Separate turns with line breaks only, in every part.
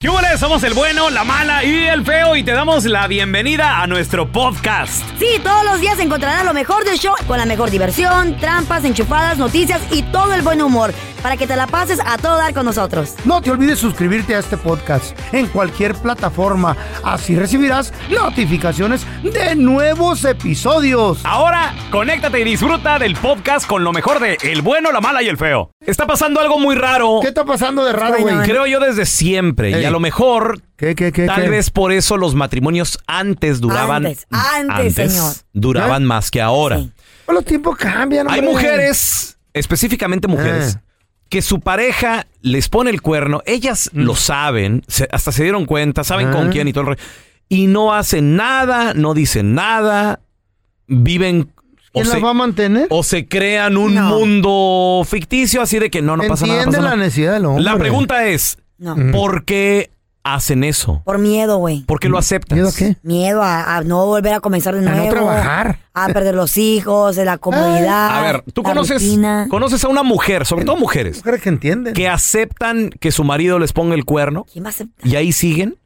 ¿Qué hubo? Somos el bueno, la mala y el feo y te damos la bienvenida a nuestro podcast.
Sí, todos los días encontrarás lo mejor del show con la mejor diversión, trampas, enchufadas, noticias y todo el buen humor para que te la pases a todo dar con nosotros.
No te olvides suscribirte a este podcast en cualquier plataforma. Así recibirás notificaciones de nuevos episodios.
Ahora, conéctate y disfruta del podcast con lo mejor de El bueno, la mala y el feo. Está pasando algo muy raro.
¿Qué está pasando de raro, güey?
Creo yo desde siempre. Y
Ey.
a lo mejor,
¿Qué, qué, qué?
tal
qué?
vez por eso los matrimonios antes duraban.
Antes, antes, señor.
Duraban
¿Eh?
más que ahora.
Sí.
Pues los tiempos cambian,
Hay
hombre.
mujeres, específicamente mujeres,
Eh.
que su pareja les pone el cuerno, ellas lo saben, se- hasta se dieron cuenta, saben con
Ah.
quién y todo el rollo, y no hacen nada, no dicen nada, viven o
¿Quién
se,
las va a mantener?
o se crean un
No.
mundo ficticio así de que no, no pasa nada.
Entiende
pasa
la
nada.
necesidad del hombre.
La pregunta es,
No,
¿por qué hacen eso?
por miedo, güey.
¿Por qué lo aceptas?
¿Miedo a qué?
Miedo a, a no volver a comenzar de
no
nuevo.
trabajar.
A perder los hijos, de la comodidad.
A ver, tú
la
conoces,
rutina.
conoces a una mujer, sobre todo mujeres,
Mujeres que entienden.
que aceptan que su marido les ponga el cuerno
¿Quién va a aceptar?
y ahí siguen.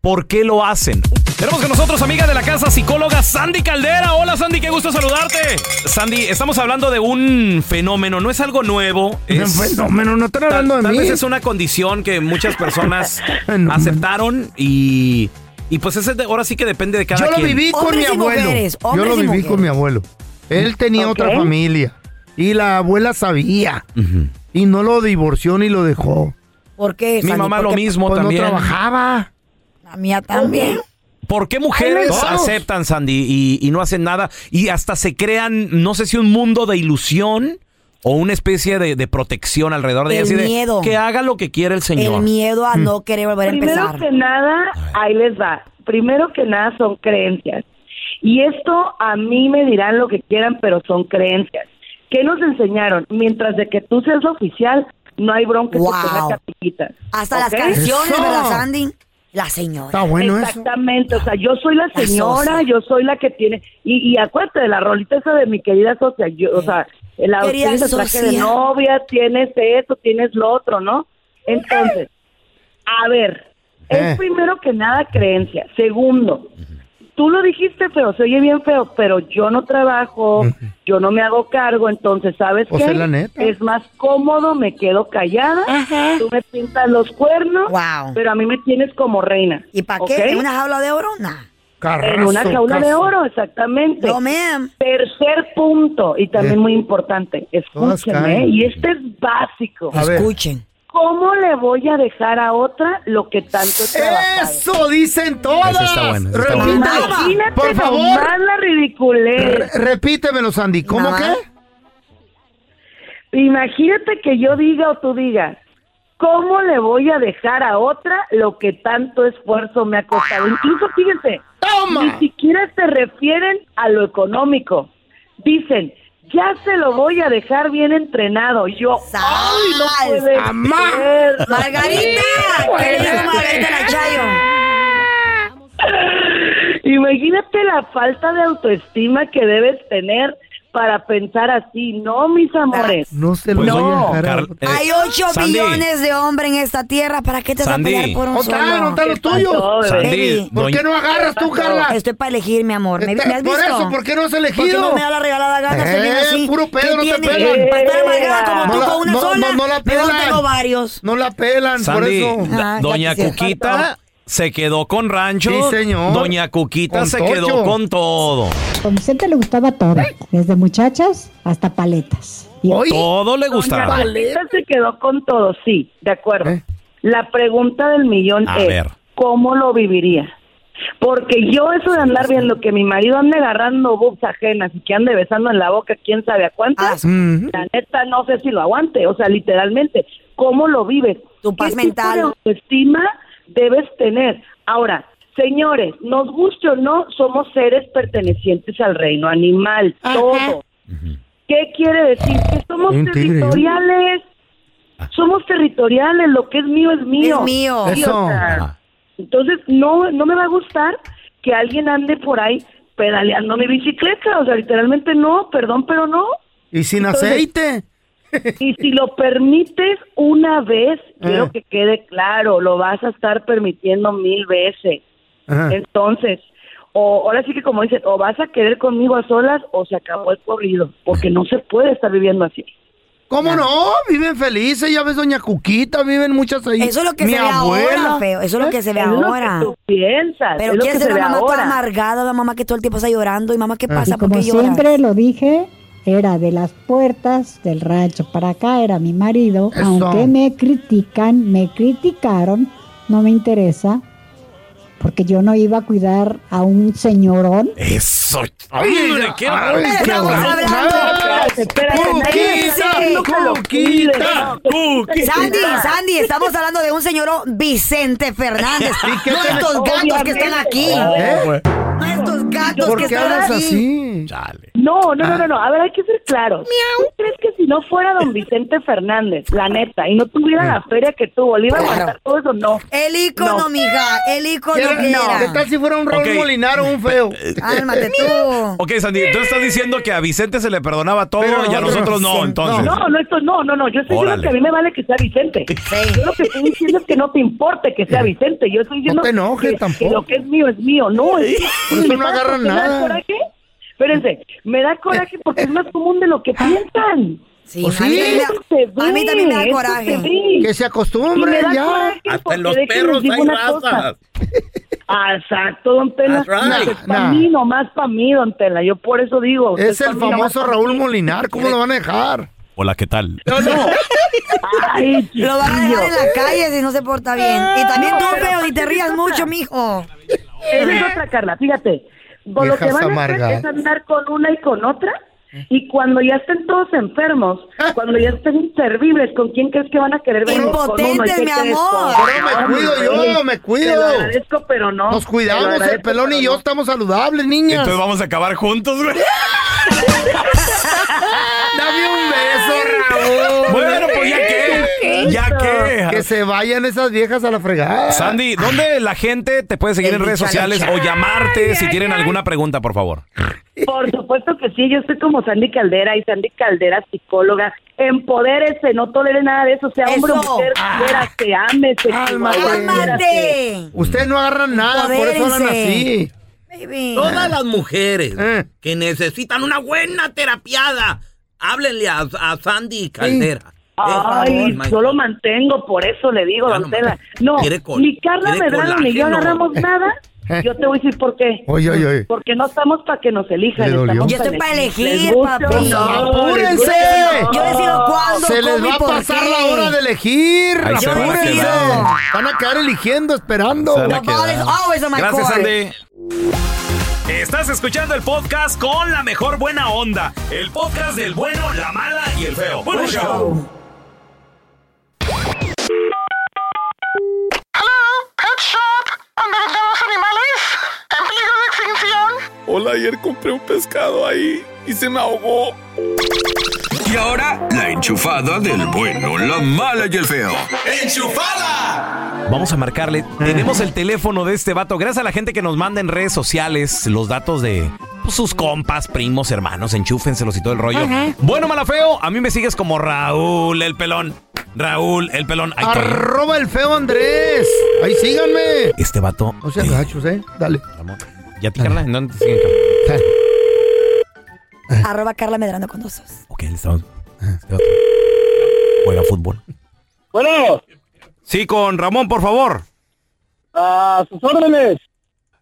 ¿Por qué lo hacen? Tenemos con nosotros amiga de la casa, psicóloga Sandy Caldera. Hola Sandy, qué gusto saludarte. Sandy, estamos hablando de un fenómeno, no es algo nuevo.
Es
es-
un fenómeno, no están hablando
tal,
de
tal
mí.
vez es una condición que muchas personas
Fenómeno.
aceptaron y, y pues ese de- ahora sí que depende de cada
Yo lo
quien.
viví con
Hombres
mi
y
abuelo.
mujeres,
Yo
hombres
lo
y
viví con
mujeres.
mi abuelo. Él tenía
Ok.
otra familia y la abuela sabía
Ujú.
y no lo divorció ni lo dejó.
¿Por qué?
Mi
Sandy?
mamá
¿Por
lo
qué?
mismo
Pues no
también.
trabajaba.
La mía también.
¿Por qué mujeres
Todos.
aceptan, Sandy, y, y no hacen nada? Y hasta se crean, no sé si un mundo de ilusión o una especie de, de protección alrededor de
El
ellas. y de
miedo.
Que haga lo que quiera el señor.
El miedo a no querer volver a
Primero
empezar.
que nada, ahí les va. Primero que nada son creencias. Y esto a mí me dirán lo que quieran, pero son creencias. ¿Qué nos enseñaron? Mientras de que tú seas oficial, no hay bronca
Wow.
que tenga capillitas.
Hasta
¿ok?
las canciones,
Eso.
¿verdad, Sandy? La señora.
Está bueno eso.
Exactamente, o sea, yo soy la
La
señora,
socia.
yo soy la que tiene, y, y acuérdate de la rolita esa de mi querida socia, yo, o sea, la
Querida
tienes el traje de
socia.
novia, tienes esto, tienes lo otro, ¿no? Entonces, a ver,
Eh.
es primero que nada creencia, segundo, tú lo dijiste feo, se oye bien feo, pero yo no trabajo, yo no me hago cargo, entonces, ¿sabes
Pues
qué?
es la neta.
Es más cómodo, me quedo callada, tú me pintas los cuernos,
Wow.
pero a mí me tienes como reina.
¿Y para qué?
¿ok?
¿En una jaula de oro? Nah.
Carrazo,
En una jaula de
caso.
oro, exactamente.
No, ma'am.
Tercer punto, y también
Bien.
muy importante,
Eh. Todas
escúcheme,
caen.
¿eh? y este es básico.
A ver.
Escuchen.
¿Cómo le voy a dejar a otra lo que tanto
¡Eh!
he trabajado?
Eso dicen todas.
Eso está bueno, eso está bueno.
Repítelo.
Imagínate
Por favor,
nomás la
re-
ridiculez.
repítemelo, Sandy. ¿Cómo
Nada.
qué?
Imagínate que yo diga o tú digas, ¿cómo le voy a dejar a otra lo que tanto esfuerzo me ha costado? Incluso, fíjense, ni
¡Toma!
siquiera se refieren a lo económico. Dicen, ya se lo voy a dejar bien entrenado. Yo,
¡Sas!
¡ay, no puede
¡Amá!
ser!
Margarita, querida Margarita la Chayo.
Imagínate la falta de autoestima que debes tener para pensar así. No, mis amores.
No se lo
Pues,
voy a dejar.
oye, Carl- eh,
Hay 8
Sandy,
billones de hombres en esta tierra. ¿Para qué te vas a
Sandy.
pelear por un
Ontar,
solo?
ontar los
¿Qué pasó, bebé?
tuyos.
Sandy,
Baby.
¿Por
doña-
qué no agarras tú, Carla?
Estoy para elegir, mi amor. ¿Me,
Este-
me has
por
visto?
eso, ¿por qué no has
¿Por qué
elegido?
no me da la regalada gana?
Eh,
Estoy bien así.
puro pedo,
¿Qué
no te
tiene?
pelan.
Para estar amargada como
No
tú
la-
con una
no-
sola.
no- no la
mejor
pelan.
tengo varios.
No la pelan,
Sandy,
por eso.
da-
Ah, ya
doña
quisiera.
Cuquita se quedó con rancho.
Sí, señor.
Doña Cuquita
Con
se
tocho.
quedó con todo.
A Vicente le gustaba todo, desde muchachas hasta paletas. Y
Oye,
Todo le gustaba.
Esta se quedó con todo, sí, de acuerdo.
¿Eh?
La pregunta del millón
A
Eh,
es,
ver.
¿cómo lo viviría? Porque yo eso de andar viendo que mi marido ande agarrando boobs ajenas y que ande besando en la boca quién sabe a
Ah,
cuántas,
Mm.
la neta no sé si lo aguante, o sea, literalmente, ¿cómo lo vives?
Tu paz
¿Qué Tipo
mental.
de autoestima debes tener. Ahora, señores, nos guste o no, somos seres pertenecientes al reino animal, todo. ¿Qué quiere decir? Que somos
Un tigre, ¿eh?
territoriales. Somos territoriales, lo que es mío es mío.
Es mío.
Sí, o
Eso.
sea,
Ajá.
entonces, no, no me va a gustar que alguien ande por ahí pedaleando mi bicicleta. O sea, literalmente no, perdón, pero no.
Y sin
Entonces-
aceite.
Y si lo permites una vez,
Eh.
quiero que quede claro, lo vas a estar permitiendo mil veces.
Ajá.
Entonces, o ahora sí que como dicen, o vas a querer conmigo a solas o se acabó el corrido, porque no se puede estar viviendo así.
¿Cómo no? Viven felices, ya ves, doña Cuquita, viven muchas ahí.
Eso es lo que
Mi
se ve
abuela.
ahora, feo. Eso es lo que se ve
es lo
ahora.
que tú piensas,
Pero
es lo
quiere
que
ser
se ve
una mamá toda
ahora.
amargada, una mamá que todo el tiempo está llorando. ¿Y
Ah.
mamá qué
Y
pasa? ¿Por
como
qué lloras?
siempre lo dije, era de las puertas del rancho para acá, era mi marido.
Eso.
Aunque me critican, me criticaron, no me interesa, porque yo no iba a cuidar a un señorón.
Eso. ¡Hombre,
Ay,
qué barbaridad!
qué
Estamos
barbaridad.
hablando.
Espérate, nadie está diciendo que lo cuides.
Cuquita,
Cookie.
Sandy, Sandy, estamos hablando de un señor Vicente Fernández.
qué
no
te-
estos gatos que
Obviamente.
están aquí.
¿Eh?
No estos gatos
¿Por
que
qué
están
hablas
aquí.
así?
Chale.
No, no,
Ah.
no, no, no. A ver, hay que ser claros. ¿Tú crees que si no fuera don Vicente Fernández, la neta, y no tuviera la feria que tuvo, le iba a aguantar todo eso? No.
Mm. El ícono,
No.
mija. El ícono
Quiero-
que
¿Qué
era.
tal si fuera un Raúl
Ok.
Molinar o un feo?
Cálmate tú.
Ok, Sandy, tú estás diciendo que a Vicente se le perdonaba todo
Pero
y a nosotros
nosotros
no,
sí.
entonces.
No, no, esto no, no, no. Yo estoy
Órale.
diciendo que a mí me vale que sea Vicente. Yo lo que estoy diciendo es que no te importe que sea Vicente. Yo estoy diciendo
te enojes
que,
tampoco.
que lo que es mío es mío. No, es
Por eso
¿Me
no
sabes
agarran
por qué me da
nada.
coraje? Espérense, me da coraje porque es más común de lo que piensan.
Ah. Sí,
Pues
a, mí
sí.
también
Eso
me
se
da- a mí también me da
ve, eso se
coraje.
ve.
Que se acostumbre
Y me da
ya.
coraje porque déjenme decir una cosa. Ah, Exacto, don Tela.
That's
Más
right. Nah, nah.
para mí, nomás para mí, don Tela. Yo por eso digo. usted
Es
pa'
el
mí, nomás
famoso
pa'
Raúl
mí.
Molinar, ¿cómo lo van a dejar?
Hola, ¿qué tal?
Ay,
Lo van a dejar en
chiquillo.
la calle si no se porta bien. Y también tú, feo, ni te rías mucho, mijo.
Esa es otra, Carla, fíjate. Con lo que van
Viejas
a hacer
amargadas.
es andar con una y con otra. Y cuando ya estén todos enfermos,
Ah.
cuando ya estén inservibles, ¿con quién crees que van a querer venir? Con uno, ¿y
Impotentes,
qué
mi
crees?
amor.
Con-
Pero me
Ay,
cuido
güey,
yo, me
Te
cuido.
lo agradezco, pero no.
Nos
Te lo
cuidamos, el
agradezco,
pelón y
pero
yo
no.
estamos saludables, niñas.
Entonces vamos a acabar juntos, güey.
Dame un beso, Raúl.
Bueno, pues ya qué. Ya
Que
qué.
se vayan esas viejas a la fregada.
Sandy, ¿dónde la gente te puede seguir
El
en redes
bicho
sociales
lecha.
o llamarte si tienen alguna pregunta, por favor?
Por supuesto que sí, yo estoy como Sandy Caldera y Sandy Caldera, psicóloga. Empodérese, no tolere nada de eso, sea hombre o
Eso.
mujer, quiérase, ámese.
Cálmate.
chihuahua, quiérase.
¡Cálmate!
Ustedes no agarran nada, Ah, por eso hablan así.
Empodérense. Baby.
Todas las mujeres
Eh.
que necesitan una buena terapiada, háblenle a, a Sandy Caldera.
Ay,
Por favor,
yo lo
Michael.
mantengo, por eso le digo,
Ya
don
nomás.
Tela. No,
Quiere col-
ni Carla
quiere
Medrano ni yo
colágeno.
agarramos nada. Yo te voy a decir por qué.
Oye, oye, oye.
Porque no estamos para que nos elijan.
Le dolió.
estamos
Yo estoy
pa'
pa' elegir,
¿Les gusta o
papi.
no? ¿Les
¡Apúrense!
gusta o no?
Yo decido cuándo,
Se les
cómo y
va a
por
pasar
qué.
la hora de elegir.
Ahí se van a
apúrense.
quedar.
Van a quedar eligiendo, esperando.
Se van a
The ball is always on my
Gracias,
court.
Sandy. Estás escuchando el podcast con la mejor buena onda. El podcast del bueno, la mala y el feo. Buen show.
Hola, ayer compré un pescado ahí y se me ahogó.
Y ahora, la enchufada del bueno, la mala y el feo.
Vamos a marcarle. Tenemos el teléfono de este vato. Gracias a la gente que nos manda en redes sociales los datos de pues, sus compas, primos, hermanos. Enchúfenselos y todo el rollo. Bueno, mala feo, a mí me sigues como Raúl el pelón. Raúl el pelón. Ay, qué-
Arroba el feo Andrés. Ahí síganme.
este vato.
No sean
eh,
gachos, eh. Dale.
Ramón. ¿Y a ti, Carla? ¿En dónde te siguen, Carla? Ah.
Arroba Carla Medrano con dos os.
Ok, le estamos. este vato. Juega fútbol.
Bueno,
Sí, con Ramón, por favor.
a sus órdenes.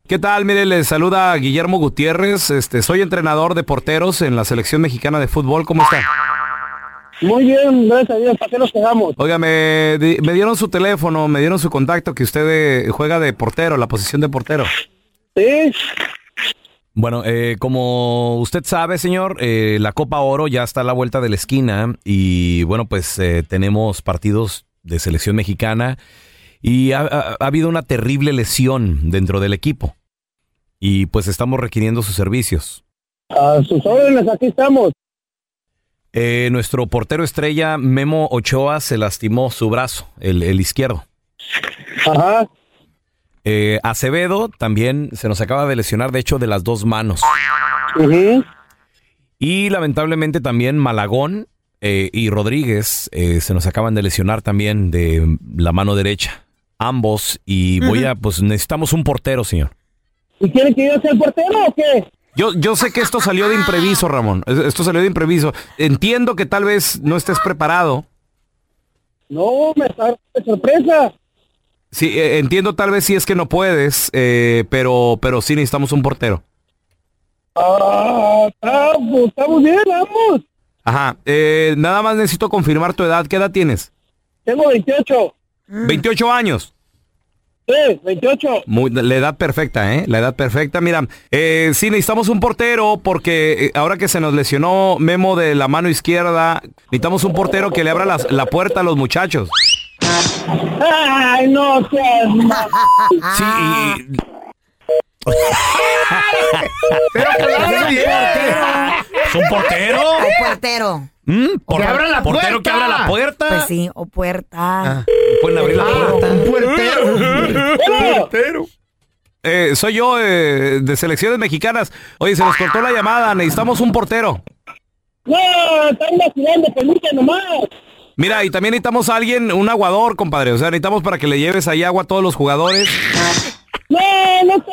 ¿Qué tal? Mire, les saluda Guillermo Gutiérrez. Este, soy entrenador de porteros en la selección mexicana de fútbol. ¿Cómo está?
Muy bien, gracias a Dios. ¿Para qué nos quedamos?
Oiga, me, di- me dieron su teléfono, me dieron su contacto que usted eh, juega de portero, la posición de portero.
Sí,
Bueno, eh, como usted sabe, señor, eh, la Copa Oro ya está a la vuelta de la esquina y bueno, pues eh, tenemos partidos de selección mexicana Y ha, ha- ha habido una terrible lesión dentro del equipo. Y pues estamos requiriendo sus servicios.
A sus órdenes, aquí estamos.
Eh, nuestro portero estrella, Memo Ochoa, se lastimó su brazo, el, el izquierdo.
Ajá.
Eh, Acevedo también se nos acaba de lesionar, de hecho, de las dos manos. Y lamentablemente también Malagón eh, y Rodríguez eh, se nos acaban de lesionar también de la mano derecha. Ambos. Y voy a, pues necesitamos un portero, señor.
¿Y quieren que yo sea el portero o qué?
Yo, yo sé que esto salió de impreviso, Ramón. Es- Esto salió de impreviso. Entiendo que tal vez no estés preparado.
No, me está de sorpresa.
Sí, eh, entiendo tal vez si es que no puedes, eh, pero, pero sí necesitamos un portero.
Ah, estamos, estamos bien, vamos.
Ajá. eh, nada más necesito confirmar tu edad. ¿Qué edad tienes?
Tengo 28.
28 años.
Sí, 28.
Muy- la edad perfecta, ¿eh? La edad perfecta. Mira, eh, sí, necesitamos un portero porque eh, ahora que se nos lesionó Memo de la mano izquierda, necesitamos un portero que le abra las- la puerta a los muchachos.
Ay, no seas ma-
Sí,
Pero claro,
¿Es un portero?
O portero.
¿Mm? por- Que abra la portero que puerta. abra la puerta. Ah,
Pues sí, o puerta. Ah.
Pueden abrir la puerta.
Eh, soy yo eh, de selecciones mexicanas. Oye, se nos cortó la llamada. Necesitamos un portero.
No, están vacilando, peluche nomás.
Mira, y también necesitamos a alguien, un aguador, compadre. O sea, necesitamos para que le lleves ahí agua a todos los jugadores.
No, no te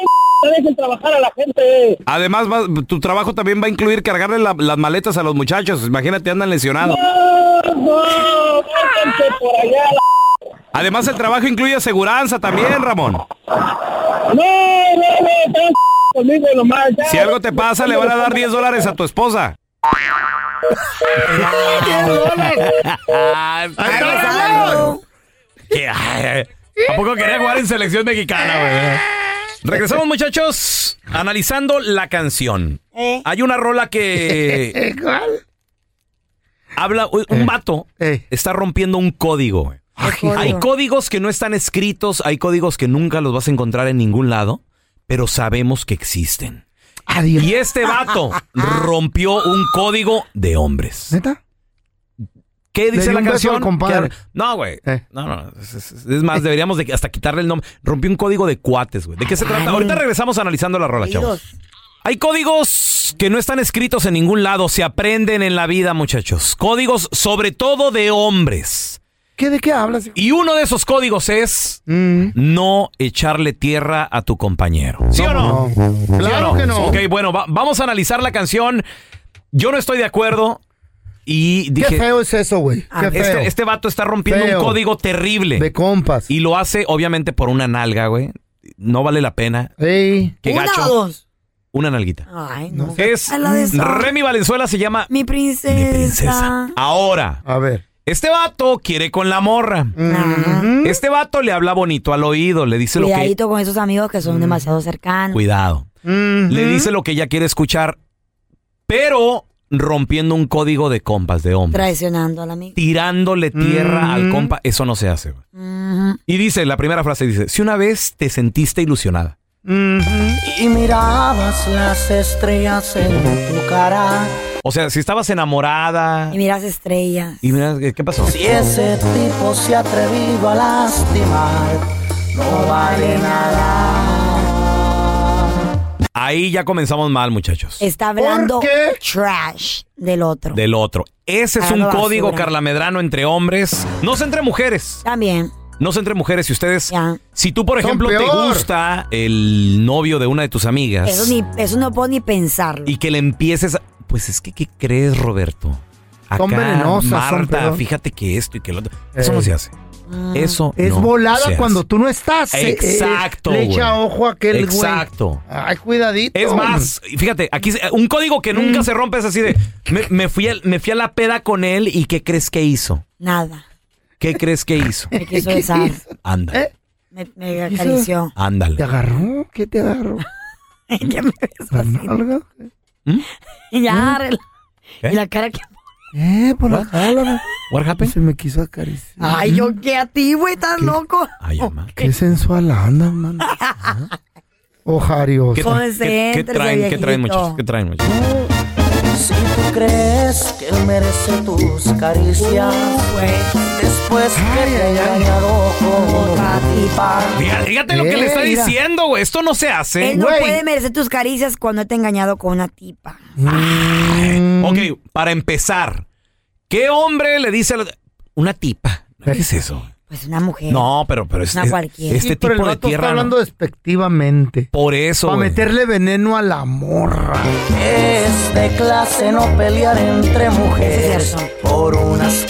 dejen trabajar a la gente.
Además, va- tu trabajo también va a incluir cargarle la- las maletas a los muchachos. Imagínate, andan lesionados.
No, no, márquense por allá.
Además, el trabajo incluye aseguranza también, Ramón.
No, no, no, están conmigo nomás. ya.
Si algo te pasa, le van a dar 10 dólares a tu esposa.
¿Qué? Ay, ay. ¿A poco quería jugar en selección mexicana, güey? Regresamos, muchachos, analizando la canción. Hay una rola que habla,
Eh.
un vato está rompiendo un código. güey. Hay códigos que no están escritos, hay códigos que nunca los vas a encontrar en ningún lado, pero sabemos que existen. Y este vato rompió un código de hombres.
¿Neta?
¿Qué
Le
dice
dio
la
un beso
canción?
al compadre. Eh.
Que- No, güey. No, no. Es, es- es más, deberíamos de hasta quitarle el nombre. Rompí un código de cuates, güey. ¿De qué se trata? Ahorita regresamos analizando la rola, chavos. Hay códigos que no están escritos en ningún lado, se aprenden en la vida, muchachos. Códigos sobre todo de hombres.
¿Qué, ¿De qué hablas? hijo? Mm.
Y uno de esos códigos es no echarle tierra a tu compañero. ¿Sí o no? ¿Sí o
Claro que no.
Ok, bueno, va- vamos a analizar la canción. Yo no estoy de acuerdo y
Qué
dije...
feo es eso, güey.
Ah,
Qué feo.
este, este vato está rompiendo
Feo.
un código terrible. De
compas.
Y lo hace, obviamente, por una nalga, güey. No vale la pena. Qué
¿Una
gacho.
o dos?
Una nalguita.
Ay, no.
Es
A la de esa.
Remy Valenzuela se llama
Mi princesa.
Ahora.
A ver.
Este vato quiere con la morra. Este vato le habla bonito al oído, le dice lo
Cuidadito con esos amigos que son demasiado
que.
cercanos.
Cuidado. Le dice lo que ella quiere escuchar, pero rompiendo un código de compas, de hombre.
Traicionando al amigo.
Tirándole tierra
Mm.
al compa, eso no se hace. güey. Y dice, la primera frase dice, si una vez te sentiste ilusionada, mm.
Y mirabas las estrellas en tu cara.
o sea, si estabas enamorada
Y miras estrellas.
y mira, ¿qué- ¿qué pasó?
Si ese tipo se ha atrevido a lastimar, no vale nada.
Ahí ya comenzamos mal, muchachos.
Está hablando trash del otro.
Del otro. Ese es
Ah,
un
no,
código,
basura.
Carla Medrano, entre hombres. No sé entre mujeres.
También.
No sé entre mujeres. Si ustedes. Si tú, por
Son
ejemplo, te
peor.
gusta el novio de una de tus amigas
Eso, ni, eso no puedo ni pensarlo.
y que le empieces a. Pues es que, ¿qué crees, Roberto? Acá,
Son venenosas, son
Marta,
peor.
fíjate que esto y que lo otro. Eso
Eh.
no se hace.
Mm.
Eso
Es
no se
volada
hace.
cuando tú no estás. eh, eh,
Exacto,
le echa
güey.
ojo a aquel güey.
Exacto.
Ay, cuidadito.
Es más, fíjate, aquí se- un código que
Mm.
nunca se rompe es así de me, me fui a, me fui a la peda con él y ¿qué crees que hizo?
Nada.
¿Qué crees que hizo?
Me quiso besar.
Anda,
Me, me acarició.
ándale.
¿Te agarró? ¿Qué te agarró?
¿Qué me besó así?
¿La nalga?
¿Mm?
Y ya, arregla- Y la cara que.
Eh, por la cábala.
What happened?
Se me quiso acariciar.
Ay, yo qué a ti, güey, estás loco. Oh.
Qué sensual anda, mano. Ojario.
¿Qué- Concéntrese,
¿Qué traen, qué traen,
viejito.
muchachos? ¿Qué traen, muchachos?
Si tú crees que él merece tus caricias, después que te he engañado con otra tipa.
Fíjate, fíjate lo que le está diciendo, güey. Esto no se hace.
Él no puede merecer tus caricias cuando te ha engañado con una tipa.
Mm.
Ay, Ok, para empezar, ¿qué hombre le dice a la- una tipa? ¿Qué es eso?
Pues una mujer.
No, pero, pero es,
Una
es-
cualquiera.
este
Sí,
tipo
pero el
de
vato
tierra.
Está
no.
hablando despectivamente.
Por eso.
Para
güey.
meterle veneno a la morra.
Es de clase no pelear entre mujeres por unas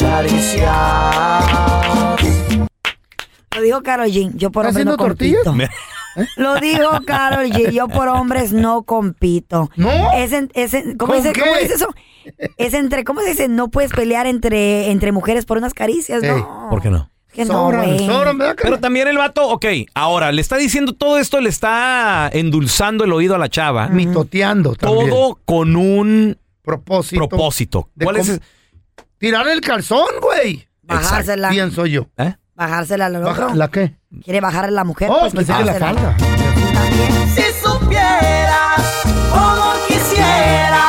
caricias.
Lo dijo Carol G. Yo por
¿Está
hombres no
haciendo
compito.
tortillas? ¿Eh?
Lo dijo Carol G. Yo por hombres no compito.
¿No?
Es en- es en- ¿cómo,
¿Con
dice,
qué?
¿Cómo dice eso? Es entre, ¿cómo se dice? No puedes pelear entre, entre mujeres por unas caricias,
Ey,
¿no?
Eh, ¿Por qué no?
Que no, güey.
Pero también el vato, ok, ahora le está diciendo todo esto, le está endulzando el oído a la chava.
Mitoteando también.
Todo con un
propósito.
propósito.
De
¿Cuál es?
com-
ese?
Tirar el calzón, güey.
Bajársela.
Pienso yo.
¿Eh?
Bajársela al otro.
Baja- ¿La qué?
Quiere bajar a la mujer.
Oh,
pues,
pensé que la
quitársela.
falda.
Si supieras cómo quisiera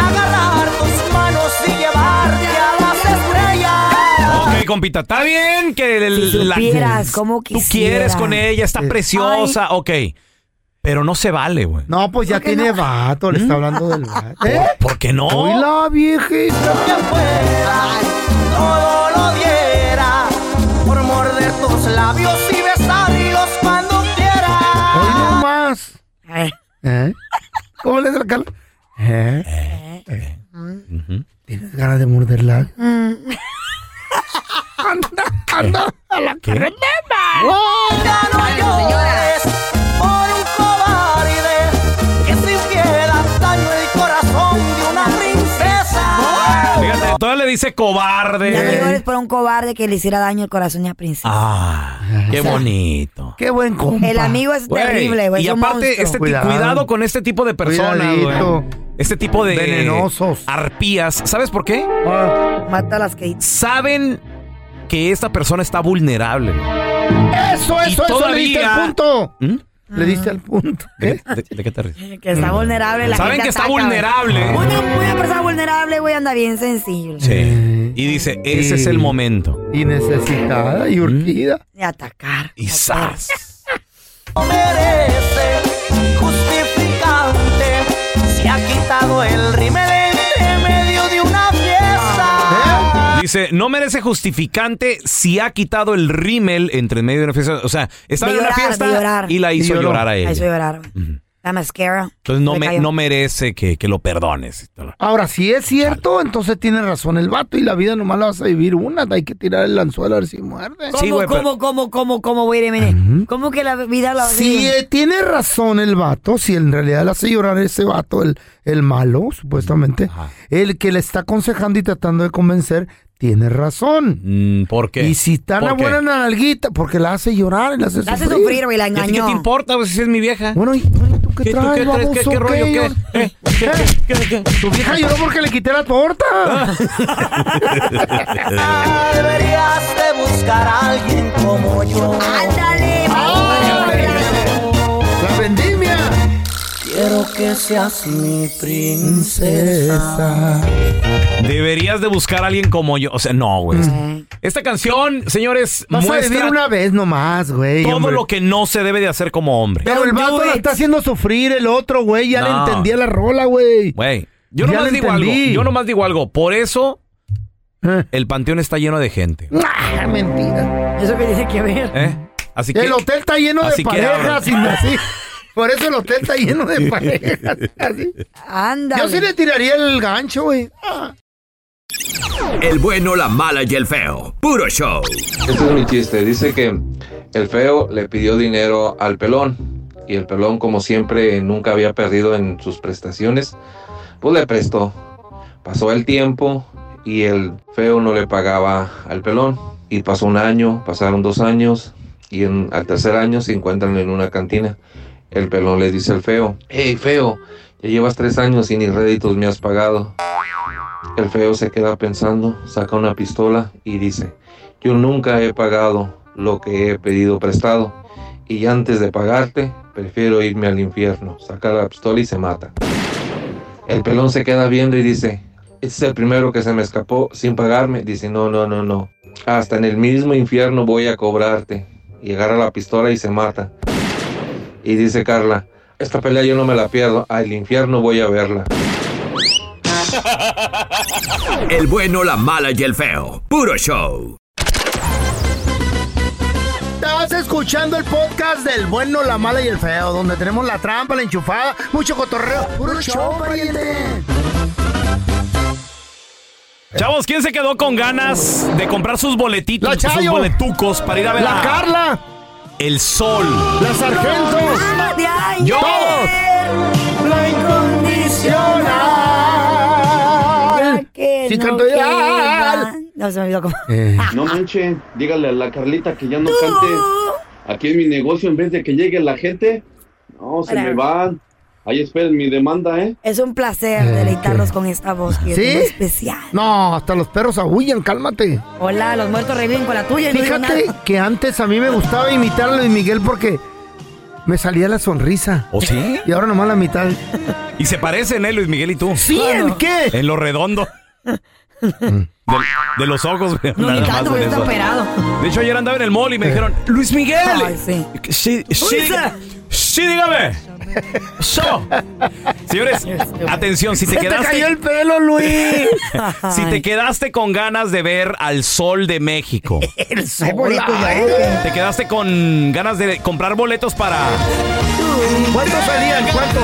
agarrar tus manos y llevarte a las estrellas.
Ok, compita, está bien que el-
Si
la-
supieras cómo
tú quieres
quisiera.
con ella, está
Sí.
preciosa, ok. Pero no se vale, güey.
No, pues ya tiene vato, le está hablando del vato. ¿Eh?
¿Por qué ¿Mm? no?
Hoy la viejita.
Todo lo diera por morder tus labios y besarlos cuando quieras.
Hoy no más.
Eh.
¿Eh? ¿Cómo le sacan? ¿Eh? ¿Eh? ¿Tienes ganas de morder labios?
Mm.
anda, anda a la carretera.
Ya no llores por un cobarde que sintiera daño el corazón de una princesa.
Fíjate, todavía le dice
Eh.
Ya no
cobarde.
llores por un cobarde que le hiciera daño el corazón a una princesa.
Ah, qué bonito.
Qué buen compa.
El amigo es
Güey,
terrible, güey.
Y
es un
aparte,
monstruo.
este ti- cuidado. con este tipo de personas,
Cuidadito.
güey. Este tipo de
Venenosos. Ah.
arpías. ¿Sabes por qué?
Mata las que...
Saben que esta persona está vulnerable. güey.
Eso,
Y
eso, eso. Le diste
todavía-
el punto.
¿Mm?
Le diste el punto.
¿De, qué- de- de qué te ríes?
Que está vulnerable. La
Saben
gente
que está
ataca, güey.
vulnerable.
Una, una persona vulnerable, güey, anda bien sensible.
Sí. Y dice, ese es el momento.
Eh.
¿Mm?
Y necesitada y urgida.
De atacar.
Y zas.
merece justificante. Se ha quitado el rimel entre medio de una fiesta.
Dice, no merece justificante si ha quitado el rímel entre medio de una fiesta. O sea, estaba
De
en una
llorar, de
fiesta
llorar.
y la hizo
Y lloró.
llorar a
Ahí
ella.
se llorar, güey. La mascara.
Entonces no,
Me
me-
cayó.
no merece que, que lo perdones.
Ahora, si es cierto, entonces tiene razón el vato y la vida nomás la vas a vivir una. Hay que tirar el anzuelo a ver si muerde.
¿Cómo, cómo, cómo, cómo, cómo, güey, de ¿Cómo que la vida la...
Si eh, tiene razón el vato, si en realidad le hace llorar ese vato, el, el malo, supuestamente, el que le está aconsejando y tratando de convencer, tiene razón.
Mm, ¿Por qué?
Y si está la
¿Por qué?
buena nalguita, porque la hace llorar y la hace
La hace
sufrir.
sufrir, güey, la
¿Y a ti ¿Qué
engañó.
te importa pues, si es mi vieja?
Bueno, ¿y tú qué,
¿Qué, tú
traes,
qué traes? ¿Qué-
baboso?
qué rollo?
¿Qué?
¿Qué?
Yo-
¿Eh?
¿Eh? Tu vieja lloró porque le quité la torta.
Deberías de buscar a alguien como yo.
¡Ándale!
¡La vendimia!
Quiero que seas mi princesa.
Deberías de buscar a alguien como yo. O sea, no, güey.
Mm.
Esta canción, señores,
Mm. Vas a vivir
Pues, muestra
una vez nomás, güey.
todo
hombre.
lo que no se debe de hacer como hombre.
Pero el vato la está haciendo sufrir el otro, güey. Ya
No.
le entendía la rola, güey.
Güey, yo
Ya
nomás
lo
digo
entendí. Eh.
algo. Yo nomás digo algo. Por eso el panteón está lleno de gente.
Ah, mentira.
Eso que dice que ver.
¿eh? Así que
el hotel está lleno
así
de
que
parejas
abran.
y así. Por eso el hotel está lleno de parejas. así.
Ándale.
Yo sí le tiraría el gancho, güey. Ah.
El bueno, la mala y el feo. Puro show.
Este es mi chiste. Dice que el feo le pidió dinero al pelón y el pelón, como siempre, nunca había perdido en sus prestaciones, pues le prestó. Pasó el tiempo y el feo no le pagaba al pelón. Y pasó un año, pasaron dos años y en, al tercer año se encuentran en una cantina. El pelón le dice al feo, hey feo, ya llevas tres años y ni réditos me has pagado. El feo se queda pensando, saca una pistola y dice, yo nunca he pagado lo que he pedido prestado y antes de pagarte prefiero irme al infierno. Saca la pistola y se mata. El pelón se queda viendo y dice, este es el primero que se me escapó sin pagarme. Dice, no, no, no, no. Hasta en el mismo infierno voy a cobrarte. Y agarra la pistola y se mata. Y dice Carla, esta pelea yo no me la pierdo, al infierno voy a verla.
El bueno, la mala y el feo. Puro show.
Estás escuchando el podcast del bueno, la mala y el feo, donde tenemos la trampa, la enchufada, mucho cotorreo. ¡Puro show, pariente!
Chavos, ¿quién se quedó con ganas de comprar sus boletitos,
La
sus
Chayo.
boletucos para ir a ver
La
a-
Carla.
El sol.
La sargento.
Yo.
La incondicional.
Sí,
no
canto
queda.
Ah, No, se me olvidó cómo.
No manche, dígale a la Carlita que ya no cante aquí en mi negocio en vez de que llegue la gente. No, se
Hola.
me van. Ahí esperen mi demanda, ¿eh?
Es un placer deleitarlos con esta voz que es
¿Sí?
muy especial.
No, hasta los perros aullan, cálmate.
Hola, los muertos reviven con la tuya. y no digo
Fíjate
nada.
que antes a mí me gustaba imitar a Luis Miguel porque me salía la sonrisa.
¿O ¿Oh, sí?
Y ahora nomás la mitad.
Y se parecen, ¿eh, Luis Miguel y tú?
¿Sí? ¿En qué?
En lo redondo. Del- de los ojos. No,
ni tanto, porque está operado.
De hecho, ayer andaba en el
Eh.
mall y me dijeron, Luis Miguel.
Ay, sí.
Sí, sí,
Luisa.
sí, dígame. So. Señores, atención, si te
Este Se te
quedaste...
cayó el pelo, Luis.
Si te quedaste con ganas de ver al sol de México,
El bonito ya es.
te quedaste con ganas de comprar boletos para,
¿Cuánto salían? ¿Cuánto?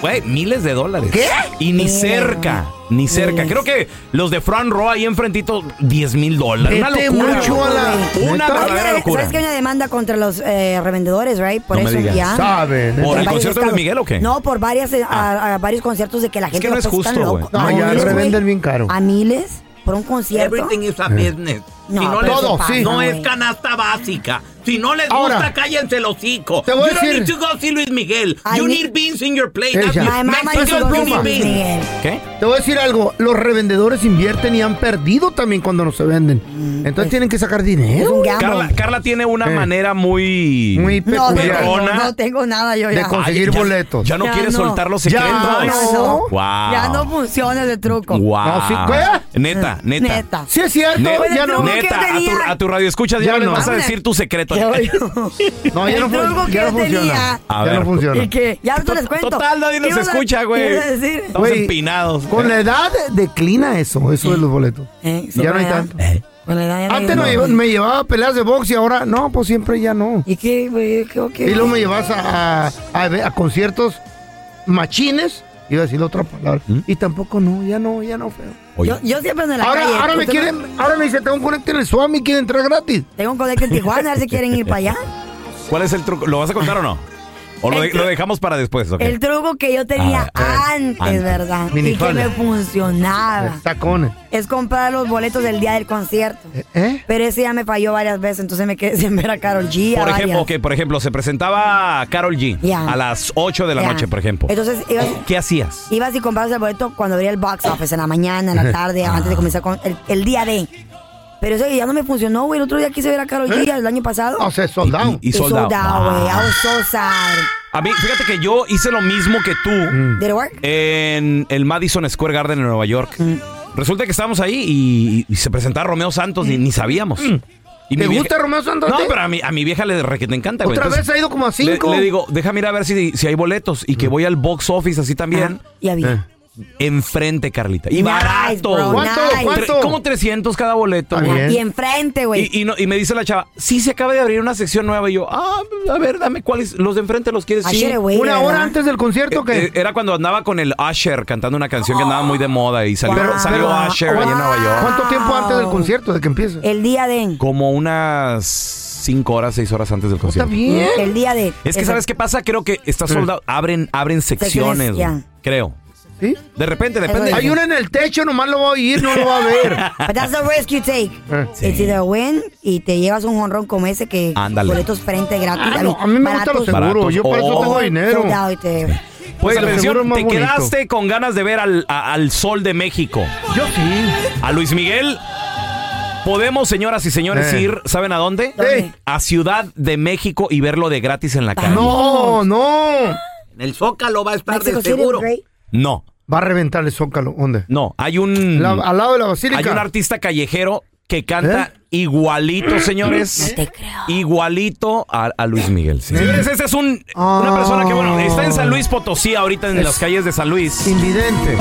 güey, miles de dólares.
¿Qué?
Y ni cerca, ni cerca. Creo que los de Fran Roa ahí enfrentito, 10 mil dólares. Una
Vete
locura.
mucho a la-
Una
¿Neta?
verdadera
Oye,
locura.
¿Sabes que hay una demanda contra los eh, revendedores, right? Por
No me
eso
digas.
ya.
Saben, ¿eh?
En
¿Por el
varios
concierto de
estados.
Miguel o qué?
No, por varias, eh, a- a varios conciertos de que la
que
gente
no
los
es
pues, están
justo,
locos.
güey.
No,
A
ya
miles, güey.
revenden bien caro.
¿A miles? ¿Por un concierto?
Everything is a
Eh.
business.
No,
si no
pero
les
todo,
gusta,
sí.
no
güey.
es canasta básica. Si no les
Ahora,
gusta, cállense el hocico.
te voy a
you
decir-
don't need to go see Luis Miguel.
I
you
need-
need beans in your plate. That's
Ella.
you-
My mama
Mexican
used to go
you
to
need
Luis
beans.
Miguel.
¿Qué?
Te voy a decir algo, los revendedores invierten y han perdido también cuando no se venden. Entonces tienen que sacar
Mm, pues, Es
dinero.
un gamble.
Carla, Carla tiene una
Eh.
manera muy...
Muy
No, no,
peculiar
tengo,
Perrona.
no tengo nada yo
de
ya.
conseguir
ya-
boletos.
Ya no
Ya
quiere
no.
soltar los
Ya
secretos.
no.
Wow.
Ya no funciona ese truco.
Wow.
No, sí, ¿qué?
Neta, neta.
Neta.
Sí es cierto,
Neta,
ya no.
¿Cómo que
neta,
yo
a tu,
tenía?
a tu radio escuchas ya,
Ya
le
no.
vas a
Vámonos.
decir tu secreto.
No, ya
El
no, fun-
truco que
ya
yo
no
tenía.
funciona. ya
A ver,
no
¿Y
funciona.
qué? Ya ahorita les cuento.
Total, nadie
¿Qué
nos
ibas a-
escucha, güey.
qué ibas a decir?
Estamos
Güey,
empinados.
Con la edad declina eso, eso de los boletos.
Eh, sí,
Ya no
con
hay
la edad.
tanto.
Eh.
Con la edad ya
Antes
no-
no lleva- me llevaba a peleas de box y ahora no, pues siempre ya no.
¿Y qué, güey? ¿Qué, qué?
Y luego me llevas a, a- a ve- a conciertos machines, iba a decir otra palabra, y tampoco no, ya no, ya no, feo.
¿Mm? Oye,
Yo, yo siempre ando en la
Ahora,
calle.
ahora me
Usted
quieren,
no-
ahora me dice, tengo un conecte en el Swami, quiere entrar gratis.
Tengo un colecto en Tijuana, a ver si quieren ir para allá.
¿Cuál es el truco? ¿Lo vas a contar o no? ¿O lo, de-
El tru-
lo dejamos para después? ok?
El truco que yo tenía
Ah, eh,
antes,
antes.
¿verdad? Y que
Minifalda.
me funcionaba.
Tacones.
Es comprar los boletos del día del concierto.
¿Eh?
Pero ese ya me falló varias veces, entonces me quedé sin ver a Carol G. a
Por ejemplo,
varias.
ok, por ejemplo, se presentaba Carol G
Ya.
a las 8 de la
Ya.
noche, por ejemplo.
Entonces ibas,
¿Qué hacías?
ibas y comprabas el boleto cuando abría el box office, en la mañana, en la
Ah.
tarde, antes de comenzar con el, el día de. Pero eso ya no me funcionó, güey. El otro día quise ver a Carol G el año pasado.
O sea, soldado.
¿Eh? Ah, Y sold out.
güey. I
Ah.
was so sad.
A mí, fíjate que yo hice lo mismo que tú
Mm. Did it work? Mm.
en el Madison Square Garden en Nueva York. Resulta que estábamos ahí y, y se presentaba Romeo Santos,
Mm.
ni, ni sabíamos. Y
Mm. ¿Te
mi
gusta Romeo Santos?
No,
¿Te-
pero a mi, a mi vieja le re que te encanta, güey.
Otra
Entonces,
vez ha ido como a cinco.
Le, le digo, déjame ir a ver si, si hay boletos y que voy al box office así también.
Ah, ya vi.
Eh.
Enfrente, Carlita. Y
Nice,
barato.
bro,
güey.
¿Cuánto?
nice.
¿Cuánto?
Tre- Como 300 cada boleto,
Está
güey.
bien.
Y enfrente, güey.
Y, y no- y me dice la chava, sí se acaba de abrir una sección nueva. Y yo, ah, a ver, dame cuáles. Los de enfrente los quieres.
I
Sí.
should've waited,
Una hora
¿verdad?
antes del concierto
Eh,
que.
eh, Era cuando andaba con el Usher cantando una canción que andaba muy de moda y salió,
Pero-
salió
pero-
Usher ahí en Nueva York.
ah.
¿Cuánto tiempo antes del concierto de que empiece?
El día de.
Como unas 5 horas, 6 horas antes del
Está
concierto.
bien.
El día de.
Es que,
Ese-
¿sabes qué pasa? Creo que está soldado. Abren, abren secciones,
ya.
güey. creo.
¿Sí?
De repente, depende.
Eso
Hay una en el techo, nomás lo va a oír, no lo va a ver.
But that's the risk you take.
Eh.
It's either win y te llevas un honrón como ese que
Ándale.
boletos frente gratis.
Ah, no, a mí me gusta lo
baratos.
seguro. Yo para eso
Baratos.
tengo
Oh,
dinero.
sold out y te-
Pues
Pues,
atención,
seguro es más
te
bonito.
quedaste con ganas de ver al, a- al sol de México. Yo sí. A Luis Miguel. Podemos, señoras y señores,
Eh.
ir, ¿saben a dónde?
¿Dónde? Ah,
A Ciudad de México y verlo de gratis en la calle.
No, no.
El Zócalo va a estar de
Mexico City,
seguro.
No.
Va a reventar el zócalo. ¿Dónde?
No, hay un.
La- al lado de la basílica. ¿Eh?
Hay un artista callejero que canta igualito, señores.
No
Igualito a, a Luis Miguel. sí. Señores, ese es un,
Ah.
una persona que, bueno, está en San Luis Potosí ahorita en
Oh. Es
las calles de San Luis.
Invidente.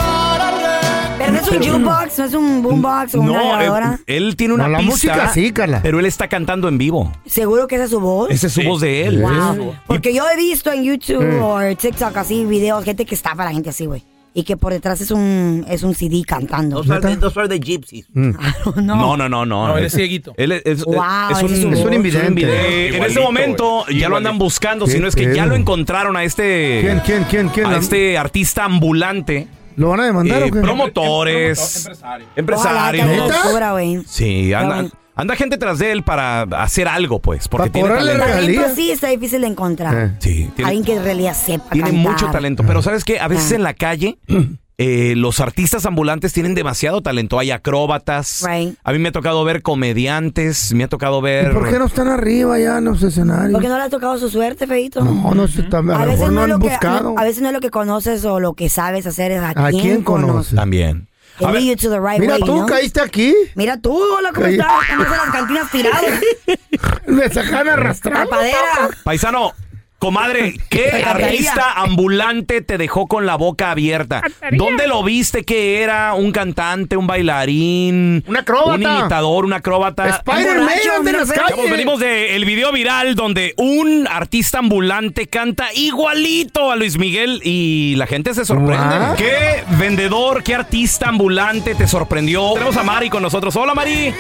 Pero no es un jukebox, no es un boombox o una
No, eh,
grabadora.
él, él tiene una
No, la
pista,
música sí, Carla.
pero él está cantando en vivo.
Seguro que esa es su voz.
Esa es su voz de él.
Wow. Porque yo he visto en YouTube
Mm.
o TikTok así videos, gente que está para gente así, güey. Y que por detrás es un, es un CD cantando.
Dos horas de, dos horas de gypsies.
No, no, no, no.
No, él es cieguito.
Él es, es-
Wow,
es
ese
un,
es su voz.
Es un invidente.
Eh, en este
Igualito,
momento
eh.
güey.
ya lo andan
Igualito.
buscando,
Qué
si no es que ya
pedo.
lo encontraron a este.
¿Quién, quién, quién, quién?
A este artista ambulante.
¿Lo van a demandar
eh,
o qué?
Em,
promotores. Empresarios.
Ojalá que cobra, güey.
Sí, anda, anda gente tras de él para hacer algo, pues. Porque tiene talento.
Talento sí está difícil de encontrar.
Eh.
Sí, tiene-
Alguien que en realidad sepa
Tiene
cantar.
mucho talento, pero ¿sabes qué? A veces
Ah.
en la calle eh, los artistas ambulantes tienen demasiado talento. Hay acróbatas. A mí me ha tocado ver comediantes, me ha tocado ver...
¿Por qué no están arriba ya en los escenarios?
Porque no le ha tocado su suerte, Feito.
No, no, se está- a lo mejor no
es
han
lo que-
buscado.
a veces no es lo que conoces o lo que sabes hacer, es a,
¿A quién conoce?
También.
They lead you to the right
Mira
way,
tú,
¿no?
caíste aquí.
Mira tú, hola, ¿cómo
Oye.
estás? Estamos en las cantinas tirados.
Me sacan arrastrando.
Tapadera.
Paisano, comadre, ¿qué
Tacaría.
artista ambulante te dejó con la boca abierta? ¿Dónde lo viste que era? ¿Un cantante, un bailarín? Un
acróbata.
Un imitador, un acróbata.
Spider-Man
Borracho,
anda en las
no sé.
calles.
Chavos, venimos del video viral donde un artista ambulante canta igualito a Luis Miguel y la gente se sorprende.
What?
¿Qué vendedor, qué artista ambulante te sorprendió? Tenemos a Mari con nosotros. Hola, Mari.